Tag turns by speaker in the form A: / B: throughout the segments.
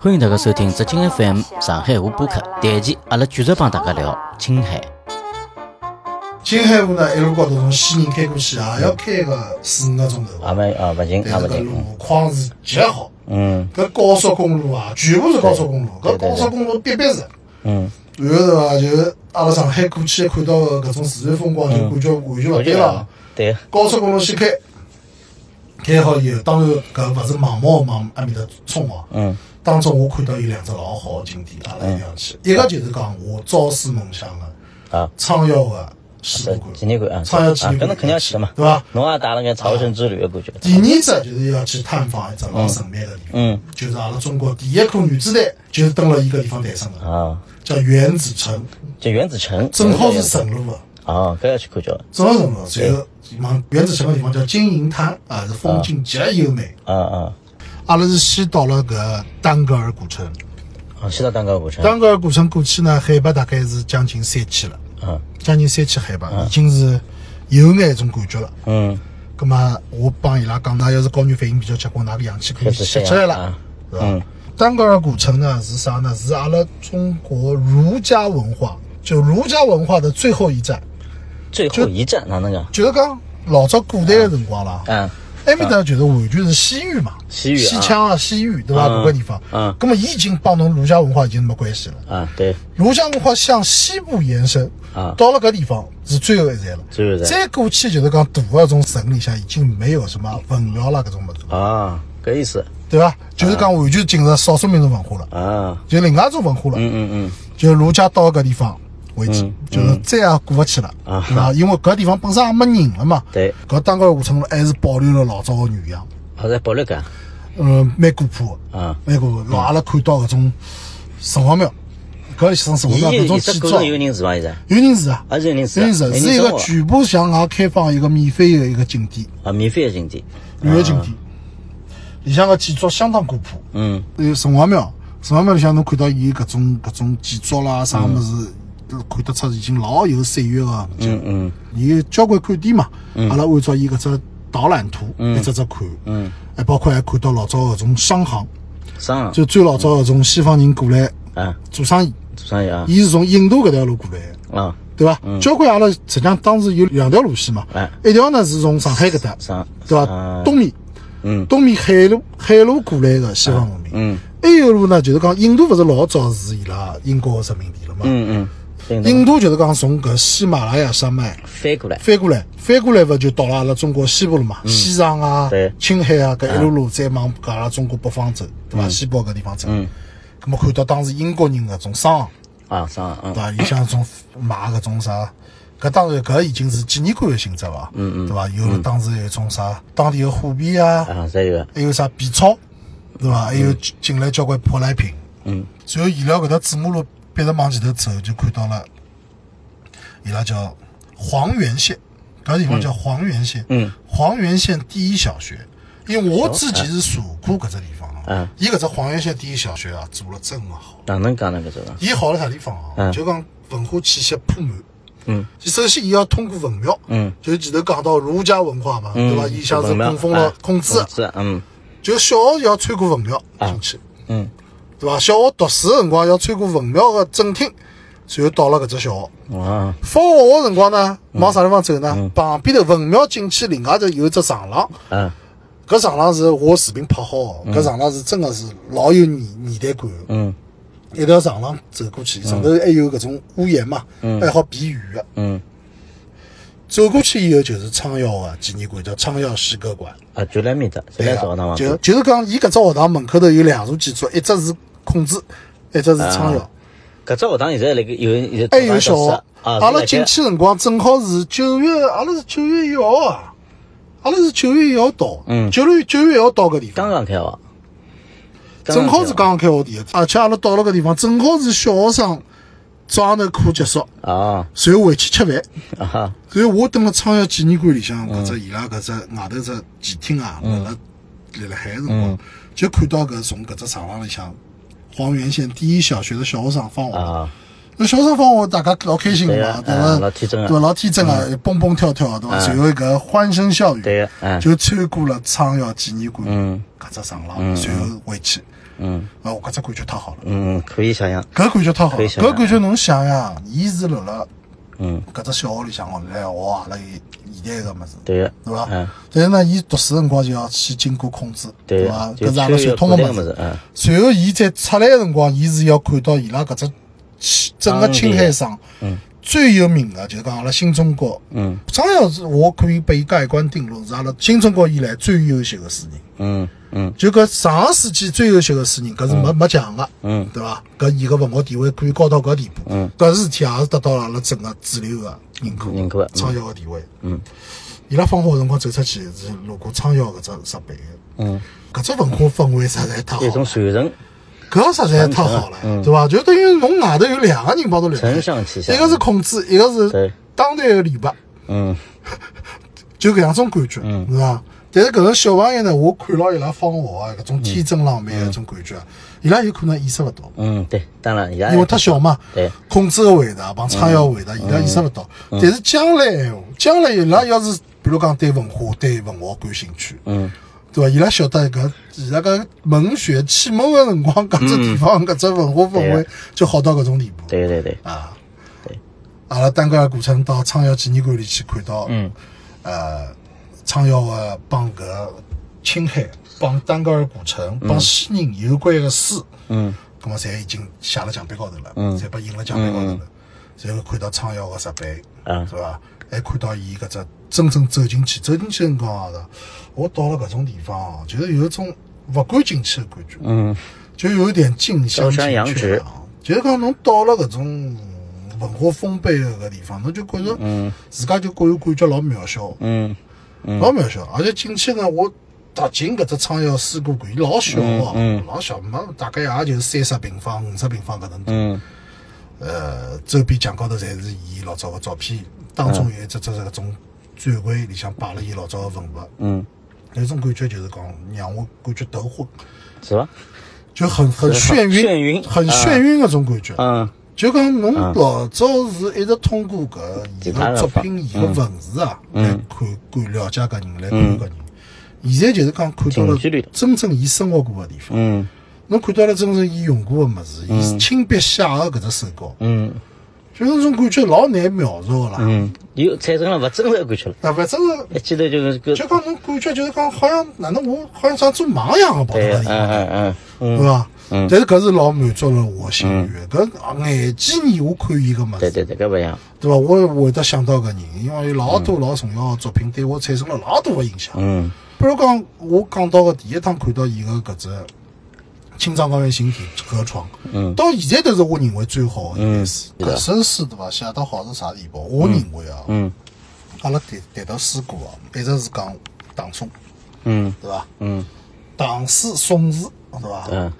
A: 欢迎大家收听浙江 FM 上海话播客。第一期阿拉继续帮大家聊青海。
B: 青海湖呢，一路高头从西宁开过去，也要开个四五个钟头。
A: 也勿也啊勿近，也
B: 但
A: 勿
B: 是搿
A: 近。
B: 路
A: 嗯
B: 况是极好，
A: 嗯
B: 搿高速公路啊，全部是高速公路，
A: 对
B: 搿
A: 对
B: 高速公路逼逼是。
A: 嗯，
B: 然后对伐，就阿拉上海过去看到的搿种自然风光，就感觉完全勿对了。。
A: 对，
B: 高速公路先开，开好以后，当然搿勿是盲目往埃面搭冲哦。
A: 嗯
B: 当中我看到有两只老好的景点，阿拉一定要去。一个就是讲我朝思暮想的
A: 啊，
B: 昌耀的世博
A: 纪念馆啊，
B: 馆，昌
A: 啊
B: 耀纪念
A: 搿侬
B: 馆
A: 肯定要去的嘛，
B: 对伐？
A: 侬也带了眼朝圣之旅的感觉。
B: 啊第二只就是要去探访一只老神秘的地方，
A: 嗯
B: 就是阿拉中国第一颗原子弹就是蹲辣伊个地方诞生的，
A: 啊，
B: 叫原子城，
A: 就原子城，
B: 正好是神路的，
A: 啊，搿要去看叫
B: 正好是神路。随后往原子城个地方叫金银滩啊，是风景极优美。
A: 啊啊，
B: 阿拉是先到了搿丹格尔古城，
A: 啊，西藏蛋糕古城，
B: 丹格尔古城过去呢，海拔大概是将近三千了，
A: 啊，
B: 将近三千海拔，已经是有眼一种感觉了。
A: 嗯，
B: 葛么我帮伊拉讲，㑚要是高原反应比较结棍，㑚个氧气可以吸出来了，是
A: 嗯
B: 吧？丹格尔古城呢是啥呢？是阿拉中国儒家文化，就儒家文化的最后一站，
A: 最后一站哪能讲？
B: 就是讲老早古代的辰光啦，
A: 啊，
B: 埃面搭就是完全是西域嘛，
A: 西域啊
B: 西羌啊，西域对伐？
A: 嗯
B: 搿个地方，
A: 嗯
B: 葛么伊已经帮侬儒家文化已经没关系了。
A: 啊，对，
B: 庐江文化向西部延伸，
A: 啊
B: 到了搿地方是最后一站了。
A: 最后一站
B: 再过去就是讲大的种城里向已经没有什么文庙啦搿种物事，
A: 啊，搿意思
B: 对伐？就是讲完全进入少数民族文化了，
A: 啊，
B: 就另外一种文化了。
A: 嗯嗯
B: 就儒家到搿地方为止
A: 嗯，
B: 就是再也过勿去了，
A: 啊
B: 对伐？因为搿地方本身也没人了嘛。
A: 对
B: 搿丹格尔古城还是保留了老早个原样，
A: 嗯，好在保利港
B: 嗯，蛮古朴的，
A: 啊，
B: 蛮古朴。老阿拉看到搿种城隍庙，搿城城
A: 伊
B: 隍庙搿
A: 有
B: 种
A: 伊只
B: 建
A: 古城
B: 造，
A: 有人住伐？现在
B: 有人住啊。
A: 还是有人住
B: 所以是是一个全部向外开放一个免费的一个景点，
A: 啊，免费的景点，
B: 旅游景点。里向个建筑相当古朴，
A: 嗯，
B: 有城隍庙，城隍庙里向侬看到伊搿种搿种建筑啦啥物事，看得出已经老有岁月个。
A: 嗯嗯
B: 伊有交关看点嘛，阿拉按照伊搿只导览图一只只看，
A: 嗯，
B: 还包括还看到老早搿种商行，
A: 商
B: 就最老早搿种西方人过来
A: 啊，
B: 做生意，
A: 做生意啊，
B: 伊是从印度搿条路过来的。
A: 啊，
B: 对伐？交关阿拉实际上当时有两条路线嘛
A: 哎，
B: 一条呢是从上海搿搭，
A: 商
B: 对伐？
A: 啊
B: 东面，
A: 嗯
B: 东面海路海路过来个西方文明。
A: 嗯
B: 还有一路呢，就是讲印度勿是老早是伊拉英国殖民地了嘛？
A: 嗯嗯，印
B: 印度就是讲从搿喜马拉雅山脉
A: 翻过来，
B: 翻过来，翻过来勿就到了阿拉中国西部了嘛？西藏啊
A: 嗯对、哎
B: 青海啊，搿一路路再往搿阿拉中国北方走，对伐？西部搿地方走，
A: 嗯
B: 咁么看到当时英国人搿种商行。
A: 啊，商啊
B: 对，伐？里向种买搿种啥，搿当然搿已经是纪念馆的性质伐？嗯嗯，对伐？有了当时有一种啥当地的货币啊，
A: 啊，再有
B: 还有啥皮草，对伐？还有进进来交关舶来品。
A: 嗯，
B: 随后沿牢搿条子马路逼着往前头走，就看到了伊拉叫黄原县，搿地方叫黄原县。
A: 嗯，
B: 黄原县第一小学，因为我自己是坐过搿只地方
A: 嗯
B: 啊。伊搿只黄原县第一小学啊，做了真个好。
A: 哪能讲呢？搿种啊，
B: 伊好辣啥地方
A: 嗯
B: 啊？就讲文化气息铺满。
A: 嗯，
B: 首先伊要通过文庙，
A: 嗯，
B: 就是前头讲到儒家文化嘛，
A: 嗯哎
B: 对伐？伊像是供奉了孔子，
A: 啊嗯
B: 就小学要穿过文庙进去，
A: 嗯
B: 对伐？小学读书的辰光要穿过文庙个正厅，然后到了搿只小学。
A: 哇，
B: 放学的辰光呢，
A: 嗯
B: 往啥地方走呢？旁边头文庙进去，另外头有一只长廊，
A: 啊
B: 搿长廊是我视频拍好哦的，搿长廊是真个是老有年年代感的。
A: 嗯
B: 一条长廊走过去，上头还有搿种屋檐嘛，还好避雨的。
A: 嗯
B: 走过去以后就是昌耀啊的纪念馆，叫昌耀诗歌馆。
A: 啊，就来面搭，就
B: 对
A: 来
B: 啊
A: 找他嘛，
B: 就就是讲，伊搿只学堂门口头有两座建筑，一只是孔子，一只是昌耀
A: 啊。搿只学堂现在辣盖有有
B: 还哎有小学
A: 啊，，
B: 阿拉进去辰光正好是九月，阿拉是九月一号啊，阿拉是九月一号到，
A: 嗯
B: 九月九月一号到搿地
A: 刚刚
B: 方，
A: 开学，
B: 正好是刚刚开学第一天，而且阿拉到了搿地方，正好是小学生早浪头课结束，
A: 啊
B: 随后回去吃饭。
A: 啊
B: 所以我蹲辣昌耀纪念馆里向搿
C: 嗯
B: 只伊拉搿只外头只前厅啊，辣辣立辣海个辰
C: 嗯
B: 光，就看到搿从搿只长廊里向黄原县第一小学的小学生放学，
A: 啊
B: 那小辰光我大家老开心
C: 对
B: 个
C: 个
B: 嘛，，对
C: 嗯
B: 伐？
C: 老天真
B: 对
C: 个
B: 伐？，老天真个，蹦蹦跳跳，对伐？
C: 嗯
B: 随后搿欢声笑语，
C: 对
A: 啊
C: 个，嗯
B: 就穿过了昌耀纪念馆
C: 嗯
B: 搿只长廊，随后回去，
C: 嗯
B: 啊，我搿只感觉太好了，
C: 嗯，可以想象，
B: 搿感觉太好
C: 可
B: 了，
C: 以想象
B: 搿感觉侬想呀，伊是辣辣
C: 嗯，
B: 搿只小学里向学来学阿拉现代个物事，
C: 对个，
B: 对伐
C: 嗯，？
B: 但是呢，伊读书辰光就要去经过控制，
C: 对
B: 伐？
C: 个，就
B: 搿是阿拉
C: 穿
B: 传
C: 越
B: 统
C: 古代
B: 个
C: 个物
B: 物事。
C: 事，嗯，
B: 随后，伊再出来个辰光，伊是要看到伊拉搿只青整个青海省
C: 嗯
B: 最有名个，就是讲阿拉新中国。
C: 嗯
B: 张耀是，我可以被盖棺定论，是阿拉新中国以来最优秀个诗人。
C: 嗯嗯
B: 就搿上个世纪最优秀个诗人，搿是没没讲个，
C: 嗯
B: 对伐？搿伊个文学地位可以高到搿地步。
C: 嗯，
B: 搿事体也是得到了阿拉整个主流个认可，
C: 认可嗯
B: 张耀个地位。
C: 嗯，
B: 伊拉放学个辰光走出去是路过张耀搿只石碑的，
C: 嗯，
B: 搿只文化氛围实在太好
C: 一种
B: 了，
C: 传承，
B: 搿实在太好了，对伐？就等于侬外头有两个人帮侬聊天，
C: 嗯承上启下
B: 一个是孔子，一个是
C: 对
B: 当代个李白，
C: 嗯
B: 就搿两种感觉，是伐？但是搿个小朋友呢，我看牢伊拉放学啊，搿种天真浪漫的搿种感觉，啊伊拉有可能意识勿到，
C: 嗯，对，当然，伊拉
B: 因为太小嘛。
C: 对，嗯
B: 孔子个回答帮昌耀个回答，伊拉意识勿到。但是将来闲话，将来伊拉要是比如讲对文化、对文学感兴趣，
C: 嗯
B: 对伐？伊拉晓得搿伊拉搿文学启蒙个辰光，搿只地方搿只文化氛
C: 嗯对
B: 围
C: 啊
B: 就好到搿种地步
C: 对对对，
B: 啊。
C: 对，
B: 阿拉单个个过程到昌耀纪念馆里去看到，
C: 嗯
B: 呃，昌耀个帮搿青海、帮丹格尔古城、帮西宁有关个书，
C: 嗯
B: 葛么侪已经写了墙壁高头了，
C: 嗯
B: 侪被印了墙壁高头了。然后看到昌耀个石碑，
C: 啊
B: 是伐？还看到伊搿只真正走进去，走进去辰光啊，我到了搿种地方啊，就是有一种勿敢进去的感觉，
C: 嗯
B: 就有一点近乡
C: 高山
B: 情
C: 仰
B: 怯
C: 止
B: 啊。就是讲侬到了搿种文化丰沛的搿地方，侬就觉着
C: 嗯
B: 自家就觉有感觉老渺小，
C: 嗯
B: 老渺小。而且进去呢，我踏进搿只昌耀水果馆，伊老小哦，
C: 嗯嗯
B: 老小，没大概也就三十平方、五十平方搿能大。
C: 嗯
B: 呃，周边墙高头侪是伊老早个照片，当中有一只只搿种展柜里向摆了伊老早个文物，
C: 嗯，
B: 有种感觉就是讲让我感觉头昏，
C: 是伐？
B: 就很很
C: 是
B: 眩晕，
C: 眩晕
B: 很
C: 啊
B: 眩晕搿种感觉。
C: 嗯
B: 就讲侬老早是一直通过搿伊
C: 其他
B: 个
C: 的
B: 作
C: 方嗯
B: 品、伊个文字啊来看、看了解搿人，来看搿人。现在就是讲看到了
C: 近距离的
B: 真正伊生活过个地方，
C: 嗯
B: 侬看到了真正伊用过个物事，伊亲笔写个搿只手稿，
C: 嗯
B: 就是种感觉老难描述个啦。
C: 嗯，又产生了勿真实的感觉了。
B: 那反正是
C: 一记头就是个，
B: 就讲侬感觉就是讲，好像哪能我好像像做梦一样个跑到
C: 对，
B: 搿
C: 嗯
B: 地方，
C: 嗯嗯嗯，
B: 对伐？但是搿是老满足了我心愿的。搿眼见你我看伊个物
C: 对
B: 事，
C: 对对，搿勿一样。
B: 对伐？我会得想到搿人，因为有老多老重要个作品对我产生了老大个影响。
C: 嗯
B: 比如讲，我讲到个第一趟看到伊个搿只《青藏高原行体河床》，
C: 嗯
B: 到现在都是我认为最好个一
C: 嗯
B: 本书。
C: 是的
B: 搿首诗对伐？写得好是啥地步？我认为啊，
C: 嗯
B: 阿拉谈谈到诗歌啊，一直是讲唐宋，
C: 嗯
B: 对伐？
C: 嗯
B: 唐诗、宋词，对伐？
C: 嗯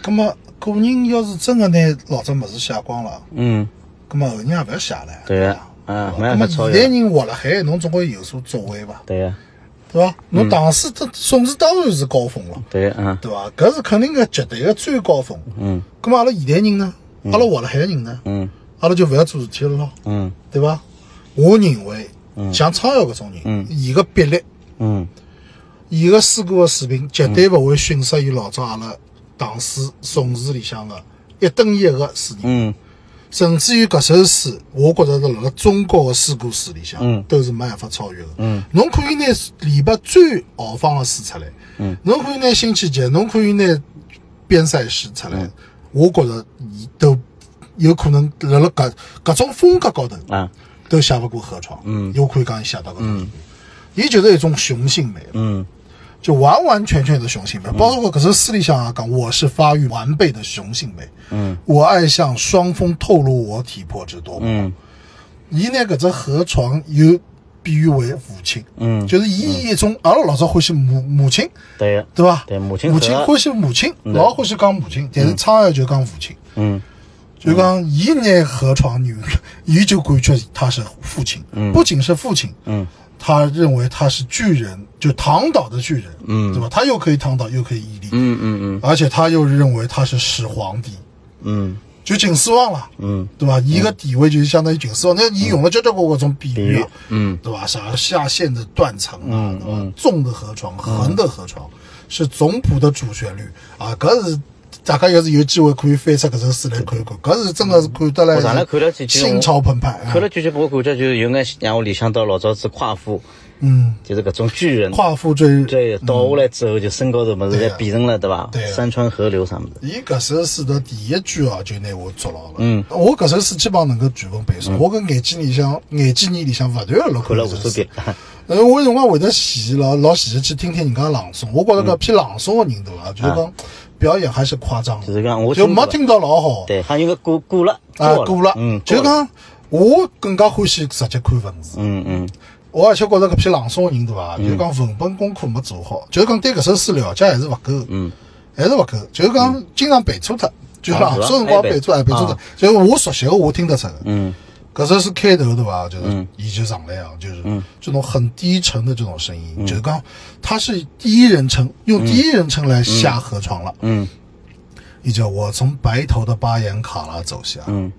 B: 咁么，个人要是真个拿老早物事写光了，
C: 嗯，
B: 咁么后人也勿要写了。
C: 对
B: 个
C: 个，，嗯，没
B: 咁
C: 办法
B: 么现
C: 超
B: 代
C: 越。
B: 哦人活辣海，侬总归有所作为伐？
C: 对啊个，
B: 对伐？侬唐诗、这宋词当然是高峰了，
C: 对个，嗯
B: 对伐？搿是肯定个绝对个最高峰。
C: 嗯
B: 咁么阿拉现代人呢，阿拉活辣海人呢，
C: 嗯
B: 阿拉就勿要做事体了咯，
C: 嗯
B: 对伐？我认为，像昌耀搿种人，伊个笔力。
C: 嗯
B: 伊个诗歌个水平绝对勿会逊色于老早阿拉唐诗、宋词里向个一等一个诗人，
C: 嗯
B: 甚至于搿首诗，我觉着是辣辣中国个诗歌史里向
C: 嗯
B: 都是没办法超越个。
C: 嗯，
B: 侬可以拿李白最豪放个诗出来，
C: 嗯，
B: 侬可以拿辛弃疾，侬可以拿边塞诗出
C: 嗯
B: 来，我觉着伊都有可能辣辣搿搿种风格高头
C: 啊，
B: 都写勿过河床。
C: 嗯
B: 有可以讲伊写到搿种地步，伊就是一种雄性美了。
C: 嗯
B: 就完完全全的雄性美，包括可是私底下啊讲，我是发育完备的雄性美，
C: 嗯，
B: 我爱向双峰透露我体魄之多谋。
C: 嗯
B: 伊拿搿只河床又比喻为母亲，
C: 嗯，
B: 就是伊一种阿拉老早欢喜母母亲，
C: 对个，
B: 对伐？
C: 对母亲
B: 母亲
C: 河
B: 欢喜母亲，老欢喜讲母亲，但是昌耀就讲父亲，
C: 嗯
B: 就讲伊拿河床女，伊就感觉他是父亲，不仅是父亲，
C: 嗯
B: 他认为他是巨人，就躺倒的巨人，嗯，对吧？他又可以躺倒，又可以屹立，
C: 嗯嗯
B: 而且他又认为他是始皇帝，
C: 嗯
B: 就秦始皇了，
C: 嗯
B: 对吧？伊个地位就是相当于秦始皇，那伊用了交交关关种比喻啊，
C: 嗯
B: 对吧？啥下陷的断层啊，对吧？纵的河
C: 嗯
B: 床，横的河床，是总谱的主旋律啊，搿是。大家要是有机会可以翻出搿首诗来看一看，搿是真的是看得
C: 我上来
B: 来
C: 看了几句
B: 心潮澎湃啊
C: 看！了剧集，我感觉就有眼让我联想到老早子夸父，
B: 嗯，
C: 就是搿种巨人，
B: 夸父追
C: 对，倒下来之后就身高头么子
B: 对
C: 侪
B: 啊
C: 变成了对伐？
B: 对啊
C: 山川河流啥么子，
B: 伊搿首诗的第一句啊，就拿我捉牢了。
C: 嗯，
B: 我搿首诗基本上能够全部背诵。我跟眼睛里向、眼睛里里向勿断地
C: 看了
B: 搿
C: 无
B: 首
C: 数
B: 诗
C: 遍。了。
B: 呃，我有辰光会得细老老细致去听听人家朗诵，我觉着搿
C: 嗯
B: 偏朗诵个人对伐，就是讲表演还是夸张的，
C: 啊就是讲我
B: 就
C: 听
B: 没
C: 过
B: 听到老 好。
C: 对，还有个过过了，
B: 啊，
C: 过
B: 过了
C: 嗯，，
B: 就是
C: 过了，
B: 讲我更加欢喜直接看文字。
C: 嗯嗯
B: 我而且觉着搿批朗诵人对伐，就是讲文本功课没做好，就是讲对搿首诗了解还是勿够，
C: 嗯，
B: 还是勿够，就是讲经常背错脱，就是朗诵辰光背错，哎背错脱
C: 啊，
B: 就是我熟悉个我听得出个。
C: 嗯
B: 搿首诗开头对伐，就是伊就上来啊，就是
C: 嗯
B: 这种很低沉的这种声音，就是讲他是第一人称，用第一人称来下河床了。
C: 嗯
B: 伊叫我从白头的巴颜卡拉走下，
C: 嗯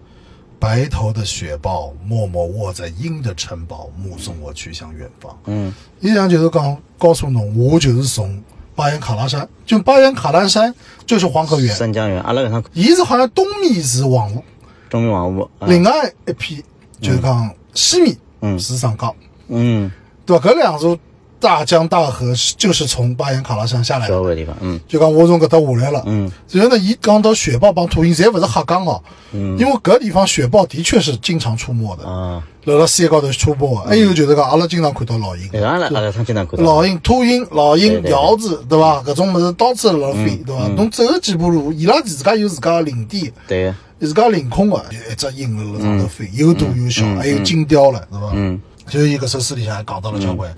B: 白头的雪豹默默卧在鹰的城堡，目送我去向远方。
C: 嗯
B: 伊讲就是讲告诉侬，我就是从巴颜卡拉山，就巴颜卡拉山就是黄河
C: 嗯，
B: 源，
C: 三江源，阿拉搿趟
B: 伊是好像东面是黄河，
C: 中原王屋，啊
B: 另外一片就是讲西面
C: 嗯
B: 是上江，
C: 嗯，
B: 对吧？搿两座大江大河是就是从巴颜卡拉山下来
C: 交
B: 的，
C: 个地方，嗯
B: 就讲我从搿搭下来了。
C: 嗯
B: 然后呢，伊讲到雪豹帮秃鹰，侪勿是瞎讲哦，因为搿地方雪豹的确是经常出没的，
C: 嗯啊，嗯
B: 辣辣山高头出没的。还有就是讲，阿拉经常看到老鹰，
C: 对，阿拉阿拉趟经常看到，
B: 老鹰、秃鹰、老
C: 对
B: 鹰、
C: 对
B: 鹞子，对伐？搿种物事到处辣辣
C: 嗯
B: 飞，对伐？侬走几步路，伊拉自家有自家的领地，
C: 对个，
B: 有自家的领空个，就一只鹰辣辣上头飞，有大有小，还有金雕了，对伐？
C: 嗯
B: 就是伊搿首诗里向还讲到了交关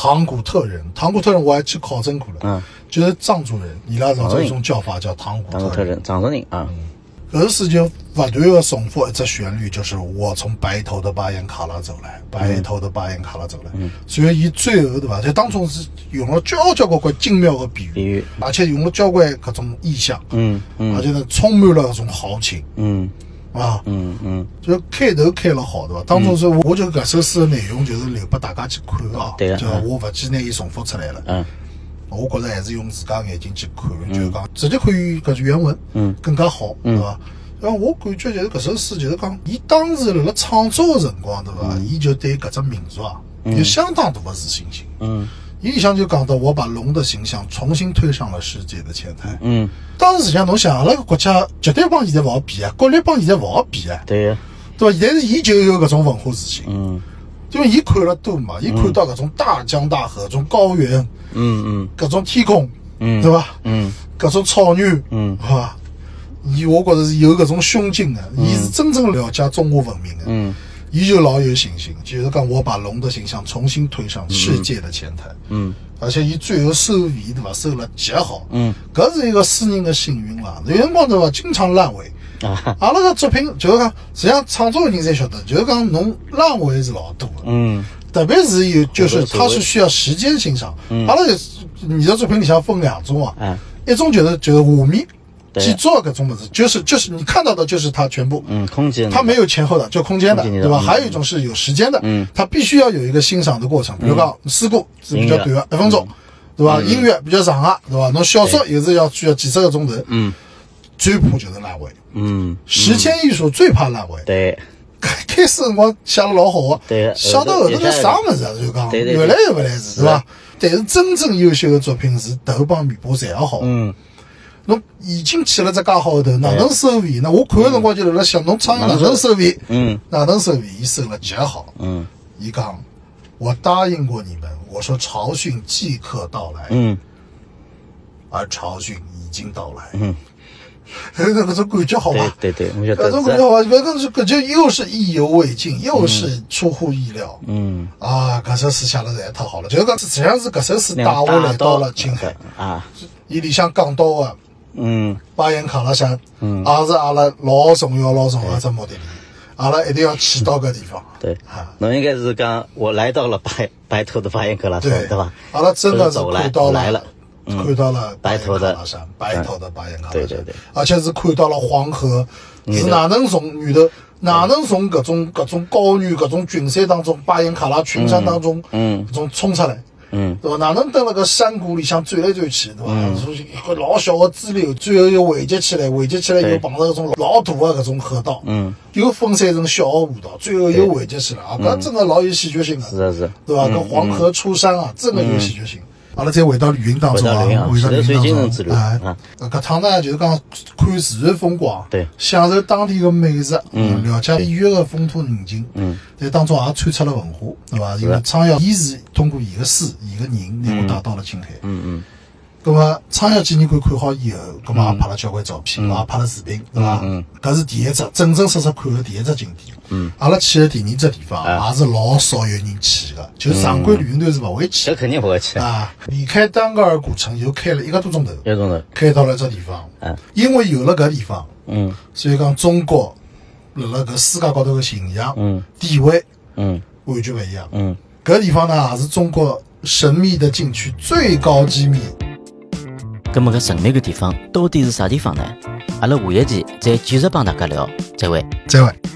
B: 唐古特人，唐古特人我还去考证过了
C: 嗯，
B: 就是藏族人，伊拉老早有一种叫法叫唐古
C: 当个
B: 特
C: 特
B: 人。
C: 人，长寿人啊，
B: 嗯搿首诗就勿断个重复一只旋律，就是我从白头的巴颜卡拉走来，白头的巴颜卡拉走来。所以伊最后对伐，就当中是用了交交关关精妙个比
C: 比
B: 喻，
C: 喻，
B: 而且用了交关搿种意象，
C: 嗯
B: 而
C: 嗯
B: 且呢充满了搿种豪情
C: 嗯
B: 啊。
C: 嗯嗯，
B: 就开头开了好，对伐？当中是我就搿首诗的内容就是留拨大家去看啊，
C: 对啊
B: 就
C: 嗯
B: 我勿去拿伊重复出来了。
C: 嗯
B: 我觉着还是用自家眼睛去看，就是讲直接看搿句原文，
C: 嗯，
B: 更加好，对伐？然后我感觉就是搿首诗，就是讲，伊当时辣辣创作个辰光，对
C: 嗯
B: 伐？伊就对搿只民族啊，有相当大个自信心。
C: 嗯
B: 伊里向就讲到，我把龙的形象重新推上了世界的前台。
C: 嗯，
B: 当时实际上，侬想，阿拉个国家绝对帮现在勿好比啊，国力帮现在勿好比啊，
C: 对个，
B: 对伐？但是伊就有搿种文化自信，
C: 嗯
B: 因为伊看了多嘛，伊看到搿种大江大河、搿种高原、
C: 嗯嗯
B: 搿种天空，
C: 嗯
B: 对伐？
C: 嗯
B: 搿种草原，
C: 嗯
B: 哈，伊我觉着是有搿种胸襟的，伊是真正了解中华文明的，
C: 嗯
B: 伊就老有信心，就是讲我把龙的形象重新推上世界的前台，
C: 嗯
B: 而且伊最后收尾对伐，收了极好，
C: 嗯，
B: 搿是一个诗人的幸运啦，有辰光对伐，经常烂尾。
C: 啊，
B: 阿拉个作品就是讲，实际上创作的人侪晓得，就是讲侬烂尾是老多的，
C: 嗯
B: 特别是有，就是
C: 我觉得
B: 它是需要时间欣赏。阿拉就是你的作品里向分两种啊
C: 嗯，
B: 一种就是就是画面
C: 对
B: 制作搿种物事，就是就是你看到的就是它全部，
C: 嗯，空间，
B: 它没有前后的，就空间的，
C: 空间
B: 对
C: 的
B: 吧？
C: 嗯
B: 还有一种是有时间的
C: 嗯，
B: 它必须要有一个欣赏的过程，比如讲诗歌是比较短的，一分
C: 嗯
B: 钟，对吧？音乐比较长啊，对吧？侬小说也是要需要几十个钟头，
C: 嗯
B: 最怕就是烂尾。
C: 嗯，
B: 时间艺术最怕烂尾，
C: 对
B: 开开始辰光写了老好
C: 对呃
B: 个，写到后头
C: 有的
B: 搿啥物事啊，就讲
C: 对对
B: 越
C: 对
B: 来越勿来事，是伐？但是真正优秀的作品是头帮尾巴侪要好。
C: 嗯，
B: 侬已经起了只介好的头，哪能收尾呢？我看个辰光就辣辣想，侬创意哪能收尾？
C: 嗯
B: 哪能收尾？伊收了极好。
C: 嗯
B: 伊讲，我答应过你们，我说潮汛即刻到来，
C: 嗯
B: 而潮汛已经到来。
C: 嗯，
B: 搿种感觉好
C: 对
B: 伐？
C: 对对，我晓
B: 搿
C: 得
B: 种感觉好伐？搿种感觉又是意犹未尽，又是出乎意料。
C: 嗯，
B: 啊，搿首诗写了实在太好了，就是讲实际上是搿首诗带
C: 那
B: 我
C: 样
B: 来
C: 大
B: 到了青海，
C: 啊，
B: 伊里向讲到个
C: 嗯
B: 巴颜喀拉山，也是阿拉老重要老重要一只目的地，阿拉一定要去到搿地方。
C: 对
B: 啊，
C: 侬应该是讲我来到了白白头的巴颜喀拉山，
B: 对
C: 对吧？
B: 阿拉真
C: 不
B: 的是
C: 走来
B: 看到
C: 来了，
B: 看到了巴
C: 白
B: 彦
C: 头的
B: 喀拉山，白头的巴彦喀拉山，
C: 对对对，
B: 而且是看到了黄河，是哪能从女的，哪能从各种各种高原、各种群山当中，巴彦喀拉群山当中，嗯，种冲出来。嗯，对伐？哪能蹲辣个山谷里向转来转去，对伐？从一个老小个支流，最后又汇集起来，汇集起来又
C: 对
B: 碰到搿种老大个搿种河道，嗯，又分散成小个河道，最后又汇集起来，啊，搿真个老有戏剧性个。
C: 是的是嗯的。
B: 对吧？搿黄河出山啊，真个有戏剧性。阿拉再回到旅行当中啊，
C: 回到
B: 回
C: 旅
B: 到
C: 行现在
B: 旅
C: 最
B: 行
C: 精神
B: 当
C: 之
B: 中
C: 旅
B: 哎
C: 啊，
B: 搿搿趟呢就是讲看自然风光，啊
C: 对
B: 享受当地个美食，嗯，了解异域个风土人情，嗯，在当中也穿插了文化，对伐？因为昌耀伊是通过伊个书、伊个人，拿我带到了青海，嗯嗯。葛末昌耀纪念馆看好以后，葛末
C: 嗯
B: 也拍了交关照片，也拍了视频，对伐？搿是第一只真真实实看个第一只景点。嗯，阿拉去个第二只地方
C: 啊
B: 也是老少有人去个，就是
C: 嗯
B: 常规旅行团是勿会去
C: 这肯定不会去
B: 的，啊。离开丹格尔古城又开了一个多钟头，
C: 有种人，
B: 开到了这地方。
C: 嗯，
B: 因为有了搿地方，
C: 嗯
B: 所以讲中国辣辣搿世界高头个形象、
C: 嗯
B: 地位
C: 嗯
B: 完全勿一样。
C: 嗯，
B: 搿地方呢，也是中国神秘的禁区最高机密。
A: 咁么搿神秘个地方到底是啥地方呢？阿拉下一期再继续帮大家聊，再会。
B: 再会。